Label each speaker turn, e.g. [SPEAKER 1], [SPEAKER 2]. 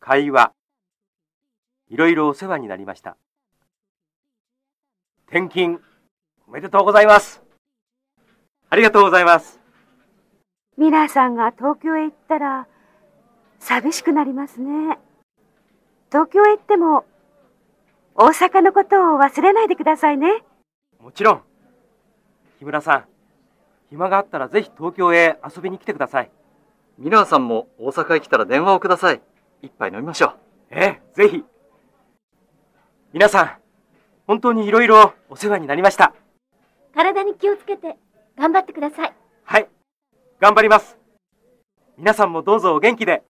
[SPEAKER 1] 会話いろいろお世話になりました転勤おめでとうございますありがとうございます
[SPEAKER 2] ミラーさんが東京へ行ったら寂しくなりますね東京へ行っても大阪のことを忘れないでくださいね
[SPEAKER 1] もちろん木村さん暇があったらぜひ東京へ遊びに来てください
[SPEAKER 3] ミラーさんも大阪へ来たら電話をください。一杯飲みましょ
[SPEAKER 1] ええぜひ皆さん本当にいろいろお世話になりました
[SPEAKER 4] 体に気をつけて頑張ってください
[SPEAKER 1] はい頑張ります皆さんもどうぞお元気で